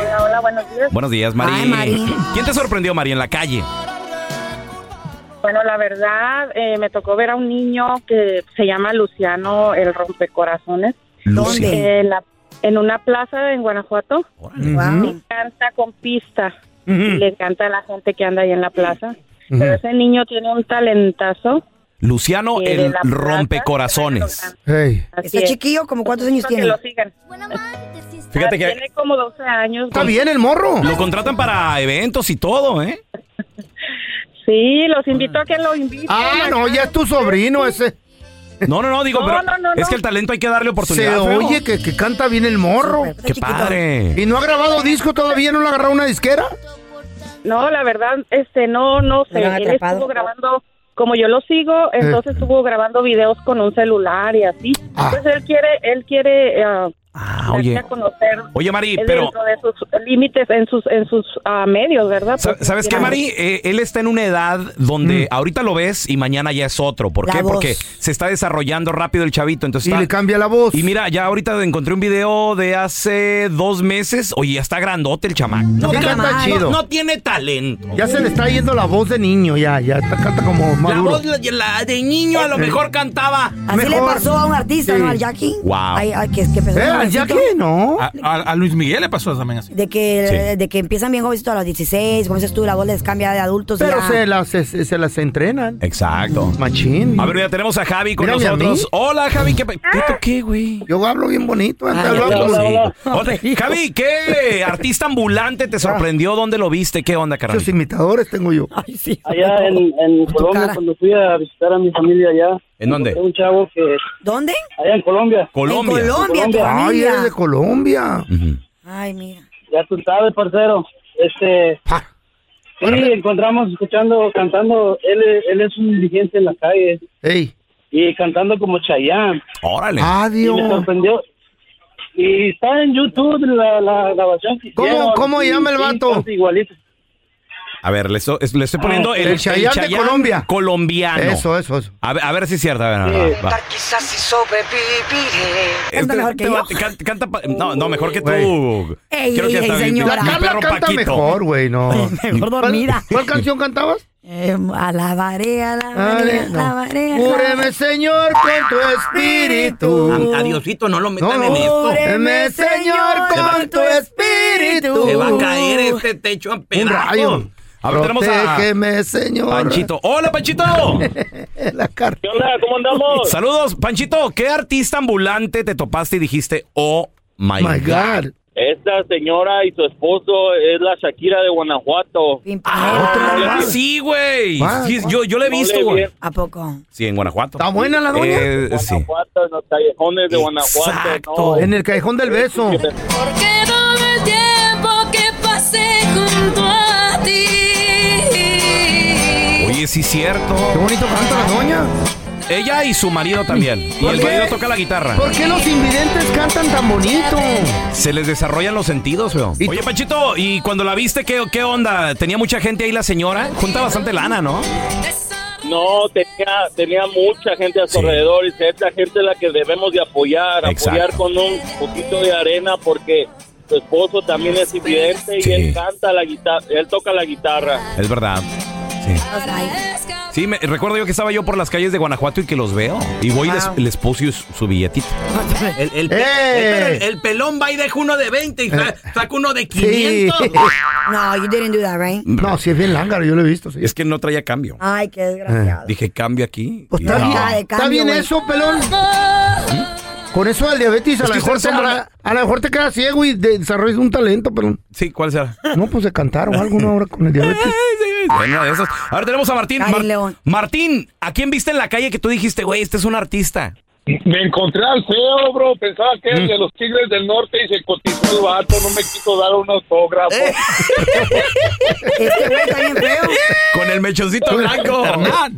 Hola, hola, buenos días.
Buenos días, Mari.
Ay, Mari.
¿Quién te sorprendió, Mari, en la calle?
Bueno, la verdad, eh, me tocó ver a un niño que se llama Luciano el Rompecorazones.
Luciano.
Eh,
¿Dónde? En, la- en una plaza en Guanajuato.
Wow.
Canta con pista.
Ujú.
Y le encanta a la gente que anda ahí en la plaza.
Ujú.
Pero ese niño tiene un talentazo.
Luciano,
Eh, de
el
la plaza,
rompecorazones.
Está chiquillo, ¿como cuántos años
Espero
tiene?
Que lo sigan. Ah,
Fíjate que-
Tiene como 12 años.
Lo contratan para eventos y todo, ¿eh?
Sí, los invito a que lo inviten.
Ah, no, ya es tu sobrino ese.
No, no, no, digo,
No,
pero
no, no,
es
no.
que el talento hay que darle
Se
oportunidad. feo.
oye que, que canta bien el morro.
Qué padre.
¿Y no ha grabado disco todavía? ¿No lo ha agarrado una disquera?
No, la verdad, este, no, no sé.
Lo han
Él
atrapado.
estuvo grabando, como yo lo sigo,
Eh.
entonces estuvo grabando videos con un celular y así.
Ah.
Entonces él quiere, él quiere eh, darse
oye.
a conocer.
Oye, Mari,
eh,
pero-
dentro de sus límites, en sus, en sus ah, medios, ¿verdad?
Sa-
Porque
¿Sabes qué,
tiene-
Mari? Eh, él está en una edad donde ahorita lo ves y mañana ya es otro. ¿Por
Mm. La
qué?
voz.
Porque se está desarrollando rápido el chavito. Entonces
Y
está-
le cambia la voz.
Y mira, ya ahorita encontré un video de hace dos meses. Oye, ya está grandote el chamaco.
No, canta
no-
chido.
no tiene talento.
Ya se le está yendo la voz de niño, ya, ya está- canta como
La
maduro.
voz la- la de niño a lo mejor cantaba.
Así le pasó a un artista,
Sí.
¿no? Al Jackie.
Wow.
Ay, ay, que, que
Eh,
empezó bien jovencito.
no?
A, a- a Luis Miguel le pasó también así.
De que, de que empiezan bien jovencitos a los 16, como dices tú, la voz les cambia de adultos. y
Pero
ya.
se las, se, se las entrenan.
Exacto.
Machín.
A ver, ya tenemos a Javi con
Mírame a
nosotros.
mí.
Hola, Javi. ¿Qué, pe- ¿Qué tú qué, güey?
Yo hablo bien bonito.
Ah,
antes
ya,
hablaba
ya,
como-
ya. Hola, Javi, ¿qué artista ambulante
Ah.
te sorprendió? ¿Dónde lo viste? ¿Qué onda, carnal?
Muchos imitadores tengo yo.
Allá en, en Colombia, cuando fui a visitar a mi familia allá.
¿En dónde?
encontré Un chavo que...
¿Dónde?
Allá en Colombia.
Colombia. En Colombia, tu
Ay,
familia.
eres de Colombia.
Ay, mira.
Ya tú sabes, parcero. Este...
Ah.
Sí, encontramos escuchando, cantando. Él, es- él es un indigente en la calle.
Ey.
Y cantando como Chayanne.
Órale.
Y me sorprendió. Y está en YouTube la, la grabación. que
¿Cómo-
hicieron.
cómo
Y-
llama el
y
vato?
canta Igualito.
A ver, le, so- es- le estoy poniendo
Ah,
el,
el Chayanne de Colombia.
Colombiano.
Eso, eso, eso.
A ver, a ver si es cierto. A ver, a ver, va, va.
Quizás si sobreviviré.
Este- este vato can- canta pa- no, no, mejor que tú.
Ey,
Creo
ey,
que está
ey,
bien.
señora.
Mi
La Carla
perro
canta
Paquito.
mejor, güey, no.
Mejor dormida.
¿Cuál canción cantabas?
Eh, alabaré, alabaré,
Dale, Ah, no.
alabaré.
Cúreme, Señor, con tu espíritu.
Adiosito, no lo metan
No,
en
no.
esto.
Cúbreme, Señor,
Se va-
con tu espíritu.
Se va a caer este techo a pedazos.
rayo.
A ver, tenemos a
Protégeme, señor.
Panchito. ¡Hola, Panchito!
La carta.
¿Qué onda? ¿Cómo andamos?
Saludos, Panchito. ¿Qué artista ambulante te topaste y dijiste, oh my, God?
Esta señora y su esposo es la Shakira de Guanajuato.
Ah, sí, güey. Sí, yo, yo la he
No
visto,
le
güey.
¿A poco?
Sí, en Guanajuato.
¿Está buena la doña?
Eh, sí.
Guanajuato, en los callejones de Guanajuato.
Exacto. En el callejón del beso.
Todo el tiempo que pasé junto a ti.
Oye, sí, cierto.
Qué bonito canta la doña.
Ella y su marido también. Y
¿Por
el
qué?
marido toca la guitarra.
¿Por qué los invidentes cantan tan bonito?
Se les desarrollan los sentidos, weón. Oye, Panchito, ¿y cuando la viste, qué, qué onda? ¿Tenía mucha gente ahí la señora? Junta bastante lana, ¿no?
No, tenía, tenía mucha gente a su alrededor y dice, esta gente es la que debemos de apoyar, apoyar
Exacto.
con un poquito de arena porque su esposo también es invidente y
Sí.
él canta la guitarra, él toca la guitarra.
Es verdad. Sí, me, recuerdo yo que estaba yo por las calles de Guanajuato y que los veo. Y voy y les,
Ah.
Wow.
les puse su, su billetito.
El, el, pe-
¡Eh!
el- pero el- el pelón va y deja uno de 20 y
Eh.
sa- saca uno de
Sí.
500.
No, you didn't do that, right?
No, si es bien lángaro, yo lo he visto, sí. Eh.
Es que no traía cambio.
Ay, qué desgraciado.
Dije, cambio aquí. Y
Pues Está
no.
bien, está bien eso, pelón. Con eso del diabetes, a
Es
lo
que
mejor
ustedes
te,
son
a la- a lo mejor te quedas ciego y de- desarrollas un talento, pelón.
Sí, ¿cuál será?
No, pues de cantar o algo, ¿no? Ahora con el diabetes.
Bueno, de esos. Ahora tenemos a Martín. Mar- Martín, ¿a quién viste en la calle que tú dijiste, güey, este es un artista?
Me encontré al feo, bro. Pensaba que era el de los Tigres del Norte y se cotizó el vato. No me quiso dar un autógrafo.
Eh. Este güey está bien feo.
Con el mechoncito blanco.
Hernán.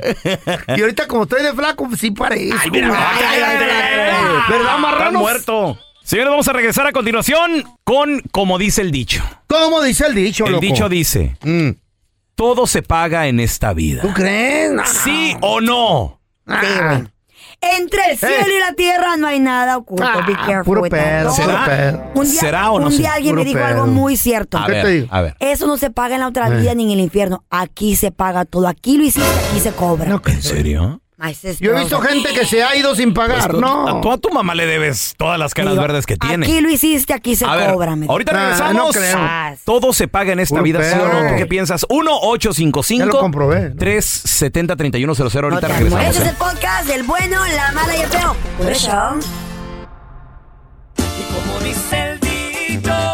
y ahorita como estoy de flaco, pues, sí parezco. Ay, ¿Verdad,
Ah, Está
marranos?
muerto. Señores, vamos a regresar a continuación con como dice el dicho.
¿Cómo dice el dicho,
el
loco?
dicho dice, todo se paga en esta vida. Mm. ¿Tú
crees?
¿Sí o no? Ah.
Entre el cielo y la tierra no hay nada oculto. Be careful.
Eh. Ah, puro
with that.
pedo,
No.
puro pedo.
Un día,
¿Será o no
un
será?
día alguien me
Puro
dijo algo
pedo.
muy cierto.
A ¿Qué ver, te digo? a ver.
Eso no se paga en la otra
Eh.
vida ni en el infierno. Aquí se paga todo. Aquí lo hiciste, aquí se cobra.
¿En serio?
My sister.
Yo he visto gente que se ha ido sin pagar,
Pues tú-
no.
a- tú a tu mamá le debes todas las caras
Digo,
verdes que tiene.
Aquí lo hiciste, aquí se
A ver,
cobra. Ah, me
ahorita
dijo.
Ah,
regresamos. Todo se paga en esta
Puro
vida, ¿sí o no?
pedo.
¿Tú qué piensas? 1-855.
Ya lo comprobé,
370-3100. Ahorita regresamos.
Este es
¿eh?
el podcast del bueno, la mala y el feo. Por eso.
Como dice el dicho,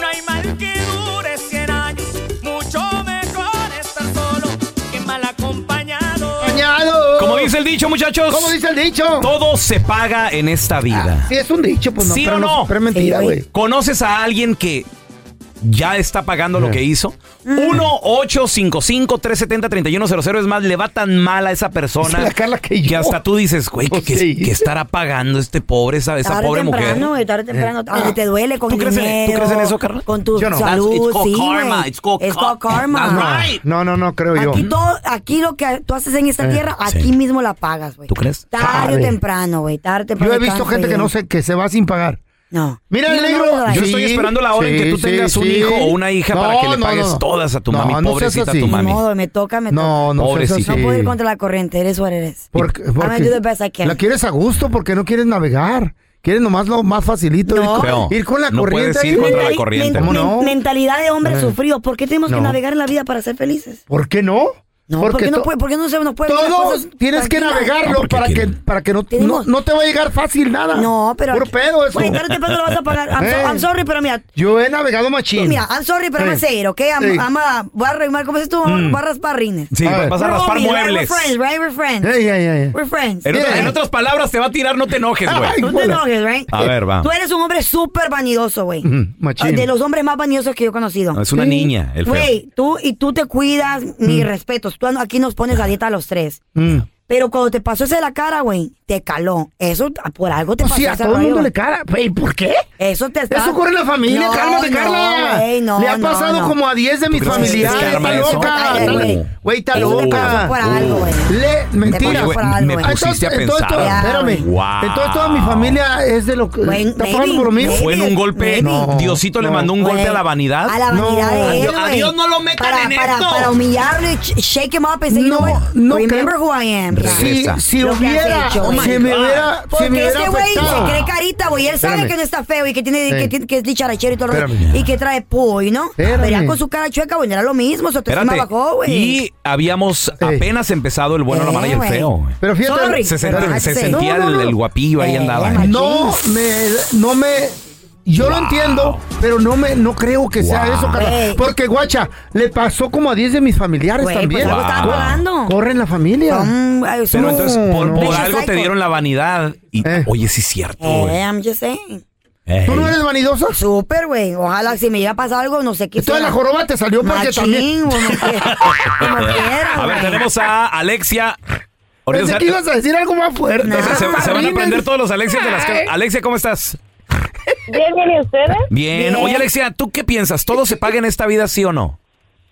no hay mal que dure 100 años. Mucho mejor estar solo que mal acompañado.
Como dice el dicho, muchachos.
¿Cómo dice el dicho?
Todo se paga en esta vida.
Si es un dicho, pues no,
¿Sí
pero
o no?
pero es mentira, güey.
¿Conoces a alguien que ya está pagando lo que hizo? 1-855-370-3100. Es más, le va tan mal a esa persona
Es la Carla que yo.
hasta tú dices, güey, que, que-
sí.
que estará pagando este pobre, esa, esa
Tarde o
pobre
temprano,
mujer.
güey, tarde o
Eh.
temprano, aunque te duele con
¿Tú crees en- tú
dinero,
crees en eso, Carla?
Con tu
Yo no.
salud,
That's- it's called
sí,
karma,
güey.
it's called
Es
ka-
called karma.
Ah, No, no, no, creo yo.
Aquí, todo, aquí lo que tú haces en esta
Eh,
tierra,
sí.
aquí mismo la pagas, güey.
¿Tú crees?
Tarde o
Tarde.
temprano, güey. Tarde o temprano.
Yo he visto
canto
gente que
yo.
no sé, que se va sin pagar.
No.
Mira el
Yo no
negro.
lo haría.
Yo estoy
Sí,
esperando la hora en que tú
sí,
tengas un
sí.
hijo o una hija para
No,
que le
no,
pagues
no.
todas a tu
No,
mami,
no seas
pobrecita
así.
tu
Ni
mami.
modo, me toca, me toca.
No, no seas
Pobrecita.
así.
No puedo ir contra la corriente, eres o eres.
Porque,
I'm gonna
porque
do the best I can.
la quieres a gusto porque no quieres navegar. Quieres nomás lo más facilito. ir con-
Feo.
Ir con la
No
corriente.
puedes ir
ahí.
contra la corriente.
¿Cómo
Men-
no?
Mentalidad de hombre
Eh.
sufrido. ¿Por qué tenemos que
No.
navegar en la vida para ser felices?
¿Por qué no?
No, ¿Por qué no,
to-
puede, ¿por qué no se nos puede ver las
Todo
cosas
tienes que
tranquilas?
navegarlo para que, para que no, no,
Tenemos-
no te va a llegar fácil nada.
No, pero.
Puro
aquí-
pedo eso.
Güey, tarde o temprano lo vas a pagar. I'm, so-
Eh.
I'm sorry, pero mira.
Yo he navegado machín.
Mira, I'm sorry, pero I'm
Eh.
a say it, ¿ok? I'm,
Eh.
I'm a- voy a arrimar, ¿cómo dices tú?
Mm.
Voy a raspar rines.
Sí,
A ver.
vas a
We're
raspar
homies, right? We're
muebles.
friends, right? We're friends.
Ey, ey, ey.
We're friends.
En, otra- en otras palabras, te va a tirar, no te enojes, güey.
No te enojes, right?
A ver, va.
Tú eres un hombre súper vanidoso, güey.
Ujú, machín.
De los hombres más vanidosos que yo he conocido.
No, es una niña, el feo.
Güey, tú y tú te cuidas, mis respetos. Tú aquí nos pones a dieta a los tres.
Mm.
Pero cuando te pasó ese de la cara, güey, te caló. Eso ah, por algo te
Pues
pasó.
sí, a
ese
todo el mundo
rollo.
le cara. Ey, ¿Por qué?
Eso te está.
Eso ocurre en la familia,
No,
cálmate,
no,
Carla.
güey, no,
Le ha
no,
pasado
no.
como a 10 de mis
¿Tú crees que es
familiares.
karma
Está
eso?
loca.
Ay,
está-
güey.
Güey, está
Eso te pasó
loca. Uh.
por algo, güey.
Le, mentira.
pasó por algo,
me
güey.
pusiste a
entonces,
pensar.
todo- espérame.
Wow.
Entonces toda mi familia es de lo que
Güey,
está
Pues, maybe, Pues,
pagando por lo mío.
Fue en un golpe. Diosito le mandó un golpe a la vanidad.
A la
No.
vanidad de él,
Yo- a
güey.
Dios no lo metan
para,
en
para,
esto.
Para humillarlo y ch- shake him up and say, you know what?
no
Remember
creo-
who I am.
Si,
Lo que
si
has
hubiera, oh si
hecho, güey.
me hubiera, si
Porque
me hubiera
ese güey se
afectado.
cree carita, güey. Él sabe
Espérame.
que no está feo. Y y que tiene,
Ey.
que, tiene- que es dicharachero y todo lo demás.
Espérame.
Y que trae puy, ¿no?
Espérame.
Verá con su cara chueca, bueno, era lo mismo, se te
Espérate.
bajó, güey. Eh,
Y habíamos apenas empezado el bueno, la mala y el
güey.
feo. güey.
Pero fíjate-
Sorry.
se, sent-
Pero-
se
Sí.
sentía
No, no, no.
El, el guapillo ahí andaba. ¿eh?
No me, no me. Yo lo entiendo, pero no me, no creo que sea
Wow.
eso, Carla.
Ey.
Porque, guacha, le pasó como a 10 de mis familiares
Güey, pues
también.
algo estaban
Cor-
pagando.
Corren la familia.
Son- ay, son-
Pero entonces, por,
no.
por
Pinche
algo te
psycho.
dieron la vanidad. Y,
Eh.
Oye, sí es cierto, güey.
Pues, Eh, I'm just saying.
Ey.
eres vanidosa?
Súper, güey. Ojalá si me llega a pasar algo, no sé qué.
Entonces,
sea.
la joroba te salió porque
Machín,
también-
o no sé.
a ver, tenemos a Alexia. Ahorita
Pensé
se-
que ibas a decir algo más fuerte.
se- se, se van a
Padrino.
aprender todos los Alexias de las casas. Alexia, ¿cómo estás?
Bien, bien, ¿y ustedes?
Bien. Oye, Alexia, ¿tú qué piensas? ¿Todo se paga en esta vida, sí o no?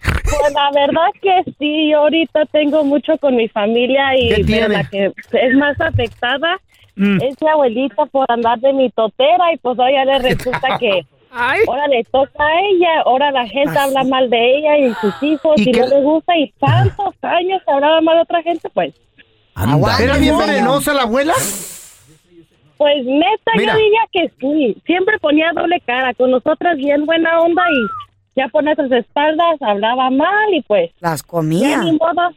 Pues la verdad que sí, yo ahorita tengo mucho con mi familia
¿Qué
y
tiene?
pero la que es más afectada
Mm.
es mi abuelita por andar de mi totera y pues ahora le resulta que ahora le toca a ella, ahora la
Ah,
gente habla mal de ella y sus hijos y, no le gusta y tantos años que hablaba mal de otra gente, pues
¿Era bien venenosa la abuela?
Pues neta,
Mira.
yo diría que sí. Siempre ponía doble cara. Con nosotras bien buena onda y ya por nuestras espaldas hablaba mal y pues.
Las comía.
Ya ni modo.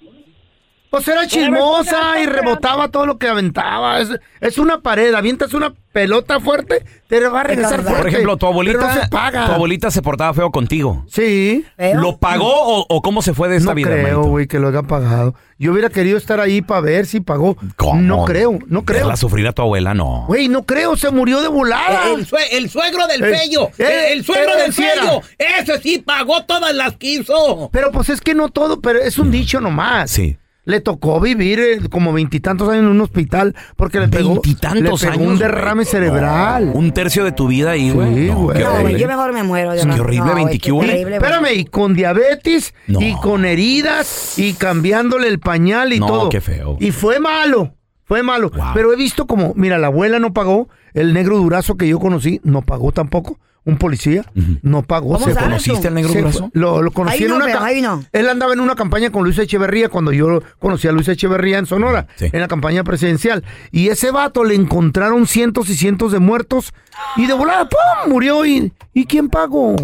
Pues era chismosa y rebotaba todo lo que aventaba. Es, es una pared, avientas una pelota fuerte, te va a regresar fuerte.
Por ejemplo, tu abuelita,
Pero no se paga.
tu abuelita se portaba feo contigo.
Sí.
¿Lo pagó o, o cómo se fue de esta
No
vida,
creo,
hermanito?
güey, que lo haya pagado. Yo hubiera querido estar ahí para ver si pagó. No creo, no creo.
Verla sufrir a tu abuela, no.
Güey, no creo, se murió de volada.
Eh, El, sue- el suegro del
Eh,
fello.
eh,
el, el suegro
eh,
del
sí era.
fello. Ese sí pagó todas las que hizo.
Pero pues es que no todo, pero es un dicho nomás. Sí. Le tocó vivir eh, como veintitantos años en un hospital porque le pegó, le
Veintitantos
pegó
años.
un
güey.
derrame
No,
cerebral.
Un tercio de tu vida ahí, güey. No, qué
No, güey,
horrible.
yo mejor me muero. de
Qué
verdad.
horrible, ¿eh?
No, güey,
21.
qué
Y-
terrible, güey.
espérame, y con diabetes y con heridas y cambiándole el pañal y
No,
todo.
qué feo.
Y fue malo, fue malo. Pero he visto como, mira, la abuela no pagó, el negro durazo que yo conocí no pagó tampoco. Un policía no pagó.
¿Cómo
se
sabes
fue.
¿Conociste tú? al negro
Se
durazo?
fue. Lo, lo conocí
Ahí
en
no,
una
pero
ca-
ahí no.
Él andaba en una campaña con Luis Echeverría cuando yo conocí a Luis Echeverría en Sonora, en la campaña presidencial. Y ese vato le encontraron cientos y cientos de muertos y de volada, ¡pum! murió. ¿Y, ¿y quién pagó?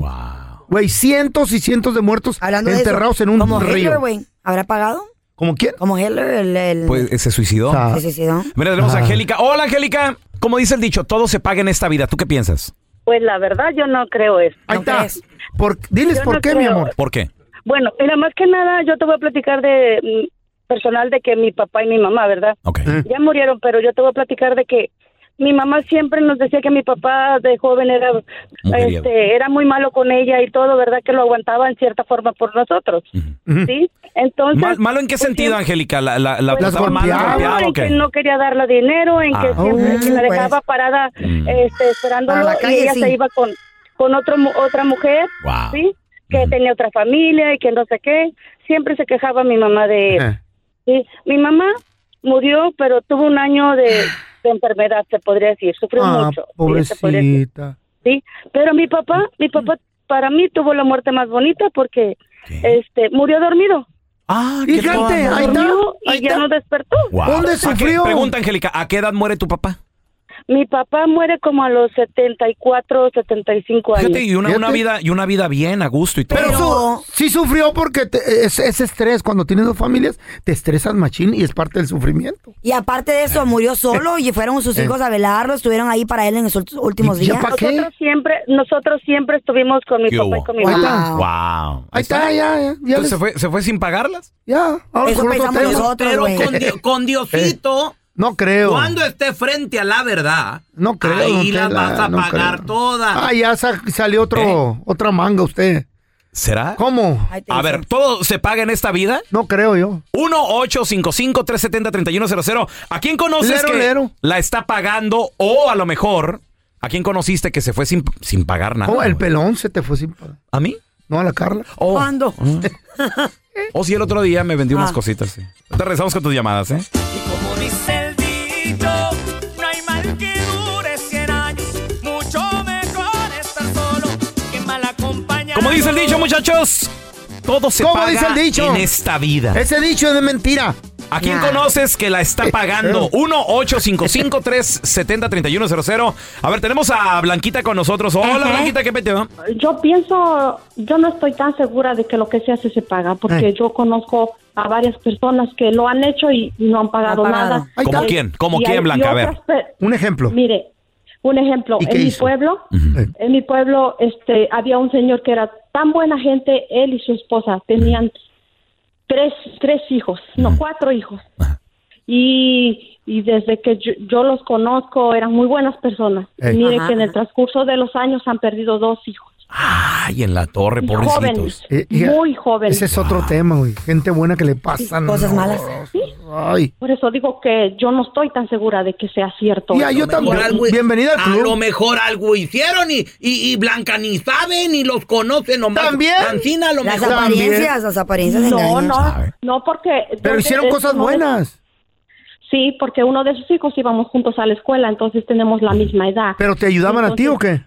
Güey, cientos y cientos de muertos
Hablando de
enterrados
eso,
en un
como Hitler,
río.
güey. ¿Habrá pagado?
¿Como quién? Ah.
Como Hitler, el... el-
Pues eh, se suicidó.
Se suicidó.
Mira, tenemos a
Ah.
Angélica. Hola, Angélica. Como dice el dicho, todo se paga en esta vida. ¿Tú qué piensas?
Pues la verdad yo no creo eso.
Ahí está. Por, diles
Yo
por
no
qué, mi
creo.
amor.
¿Por qué?
Bueno, mira, más que nada yo te voy a platicar de mm, personal de que mi papá y mi mamá, ¿verdad? Ya murieron, pero yo te voy a platicar de que mi mamá siempre nos decía que mi papá de joven era
Mujeriego.
este, era muy malo con ella y todo, ¿verdad? Que lo aguantaba en cierta forma por nosotros. ¿Sí? Entonces,
Mal- ¿Malo en qué sentido, Angélica? ¿La, la, la
Pues,
trataba mal, la
no,
golpeaba
en
o qué?
que no quería darle dinero, en que
Ah. Mm.
siempre que la
pues.
dejaba parada este, esperándolo
Para la calle,
y ella
sí.
se iba con, con otro, mu- otra mujer,
Wow.
¿sí? que
Mm.
tenía otra familia y que no sé qué. Siempre se quejaba mi mamá de eso. ¿sí? Mi mamá murió, pero tuvo un año de, de enfermedad, se podría decir, sufrió
Ah,
mucho. ¿sí? Se podría decir,
pobrecita.
¿sí? Pero mi papá, mi papá para mí tuvo la muerte más bonita porque este murió dormido.
Ah,
qué Fíjate, padre. ahí está,
Dormido y
ahí
ya
está.
no despertó.
Wow. ¿A qué- Pregunta, Angélica, ¿a qué edad muere tu papá?
Mi papá muere como a los 74, 75 años.
Fíjate, y una, una vida, y una vida bien, a gusto y todo.
Pero su- sí sufrió porque te- es, es estrés. Cuando tienes dos familias, te estresas machín y es parte del sufrimiento.
Y aparte de eso, murió solo y fueron sus
Eh.
hijos a velarlo, estuvieron ahí para él en sus ulti- últimos días.
Nosotros siempre, nosotros siempre estuvimos con mi
¿Qué
papá
hubo?
y con mi
Ahí
mamá.
está. Wow.
Ahí está, ya, ya, ya
Entonces,
les-
¿se, fue, ¿Se fue sin pagarlas?
Ya,
ahora
Eso
con otro
pensamos
tema.
nosotros, Pero
güey.
con, Dio- con Diosito,
No creo.
cuando esté frente a la verdad,
No creo.
ahí
don
las
Tela,
vas a
no
pagar
creo.
todas.
Ah, ya sa- salió otro, otra manga usted.
¿Será?
¿Cómo?
A ver, ¿todo se paga en esta vida?
No creo yo.
1-855-370-3100. ¿A quién conoces
Lero,
que
lero.
la está pagando o a lo mejor a quién conociste que se fue sin, sin pagar nada?
Oh, el
güey?
pelón se te fue sin pagar.
¿A mí?
No, a la Carla.
¿Cuándo?
O si el otro día me vendí unas
Ah.
cositas. sí. Te regresamos con tus llamadas, ¿eh?
Como dice el dicho, no hay mal que dure 100 años. Mucho mejor estar solo que mal acompañado.
Como dice el dicho, muchachos, todo se
¿Cómo
paga
dice el dicho?
en esta vida.
Ese dicho es de mentira. Eh,
¿A quién conoces que la está pagando? 1-855-370-3100. A ver, tenemos a Blanquita con nosotros. Hola,
Ajá.
Blanquita, ¿qué peteo?
Yo pienso, yo no estoy tan segura de que lo que se hace se paga, porque
Eh.
yo conozco a varias personas que lo han hecho y no han pagado, nada.
¿Cómo quién? ¿Cómo quién, Blanca? A ver.
Un ejemplo.
Mire, un ejemplo.
¿Y qué
En mi
hizo?
pueblo, en mi pueblo, este, había un señor que era tan buena gente, él y su esposa tenían tres, tres hijos, no, cuatro hijos. Y, y desde que yo, yo los conozco, eran muy buenas personas.
Ey.
Mire
Ajá,
que en el transcurso de los años han perdido dos hijos.
Ay, en la torre,
jóvenes,
pobrecitos.
muy jóvenes.
Eh, Ese es otro tema, güey. Gente buena que le pasan.
Cosas malas.
Ay.
Por eso digo que yo no estoy tan segura de que sea cierto.
Ya, yo
también.
tampoco. Bienvenida al
a
club.
lo
mejor algo hicieron y, y, y Blanca ni sabe ni los conoce nomás.
También.
Cancina, a lo
Las
mejor.
apariencias, las apariencias
No,
engañan.
no, no, porque...
Pero hicieron
es
cosas
uno de-
buenas.
Sí, porque uno de sus hijos íbamos juntos a la escuela, entonces tenemos la misma edad.
¿Pero te ayudaban a ti o qué?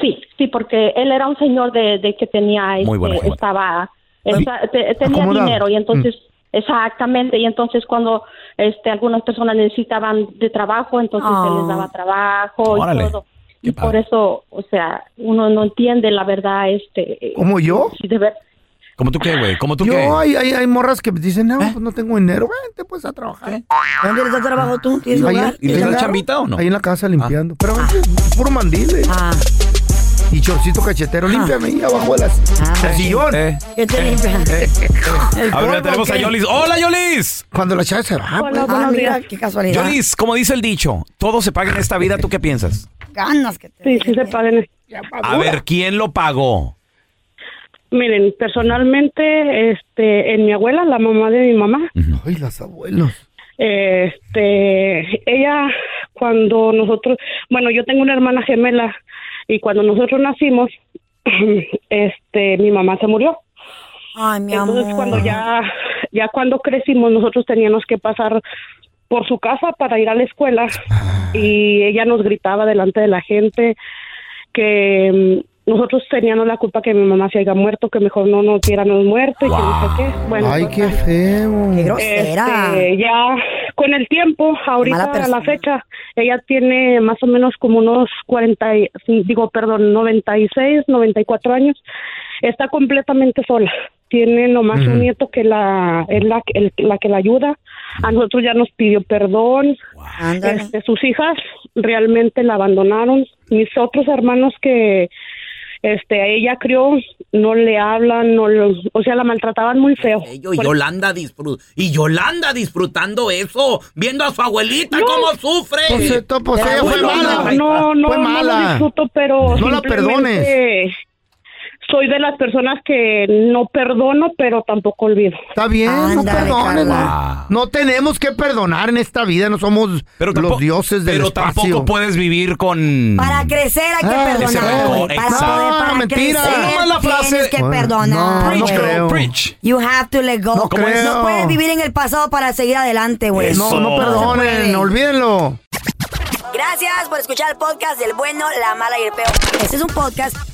Sí, sí, porque él era un señor de, de que tenía,
Muy buena
este,
gente.
estaba, esta- te- tenía
acomodado. Mm.
dinero y entonces, exactamente, y entonces cuando este, algunas personas necesitaban de trabajo, entonces
Ah.
se les daba trabajo
Órale.
y todo. Y por eso, o sea, uno no entiende la verdad, este.
¿Cómo yo?
si de ver-
¿Cómo tú qué, güey? ¿Cómo tú
Yo,
qué?
Oh, hay, hay, hay morras que dicen, no, pues no tengo dinero. Vente pues a trabajar.
¿Dónde les da trabajo tú? ¿Tienes
Ahí-
lugar?
¿Y les da chambita o no? Ahí en la casa limpiando. Pero
Ah.
es puro mandil, eh. Y chorcito cachetero, límpiame ahí abajo de las, del sillón.
¿Qué te
Eh.
limpia?
A ver, mira, tenemos a Yolis. ¡Hola, Yolis!
Cuando la chava se va.
Hola,
pues.
buenos Ah, mira, días. qué casualidad.
Yolis, como dice el dicho, todo se paga en esta vida. ¿Tú qué piensas?
Ganas que
Sí, sí se pagan.
A ver, ¿quién lo pagó?
Miren, personalmente, este, en mi abuela, la mamá de mi mamá,
Ay, las abuelos.
este, ella, cuando nosotros, bueno, yo tengo una hermana gemela y cuando nosotros nacimos, este, mi mamá se murió.
Ay, mi
Entonces,
amor.
cuando ya, ya cuando crecimos, nosotros teníamos que pasar por su casa para ir a la escuela y ella nos gritaba delante de la gente que mm, nosotros teníamos la culpa que mi mamá se haya muerto, que mejor no nos diéramos muerto y que no sé qué. Bueno,
Ay, qué
pues,
feo.
este, ya con el tiempo, ahorita
Mala
a
persona.
la fecha, ella tiene más o menos como unos 40, y- digo, perdón, 96, 94 años. Está completamente sola. Tiene nomás un nieto que la es la, el- la que la ayuda. A nosotros ya nos pidió perdón.
Ándale.
Este, sus hijas realmente la abandonaron. Mis otros hermanos que este a ella crió no le hablan, no lo- o sea, la maltrataban muy feo.
Y Yolanda, disfru- y Yolanda disfrutando eso, viendo a su abuelita cómo sufre.
Pues, esto, pues, ella fue mala. No, no,
Fue
no
mala.
lo disfruto, pero
No la
simplemente Soy de las personas que no perdono, pero tampoco olvido.
Está bien, no perdones. No tenemos que perdonar en esta vida, no somos los dioses del
Pero
espacio.
tampoco puedes vivir con...
Para crecer hay que
Ah, ese
perdonar,
rancor,
güey. Para
exacto.
poder,
No,
para
mentira.
crecer,
Oye, nomás la frase-
tienes que
Bueno, no,
perdonar,
no
güey.
creo. Preach.
You have to let go.
No
No,
creo.
puedes vivir en el pasado para seguir adelante, güey.
Pues, No, no perdonen, olvídenlo.
Gracias por escuchar el podcast del bueno, la mala y el peor. Este es un podcast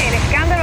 El escándalo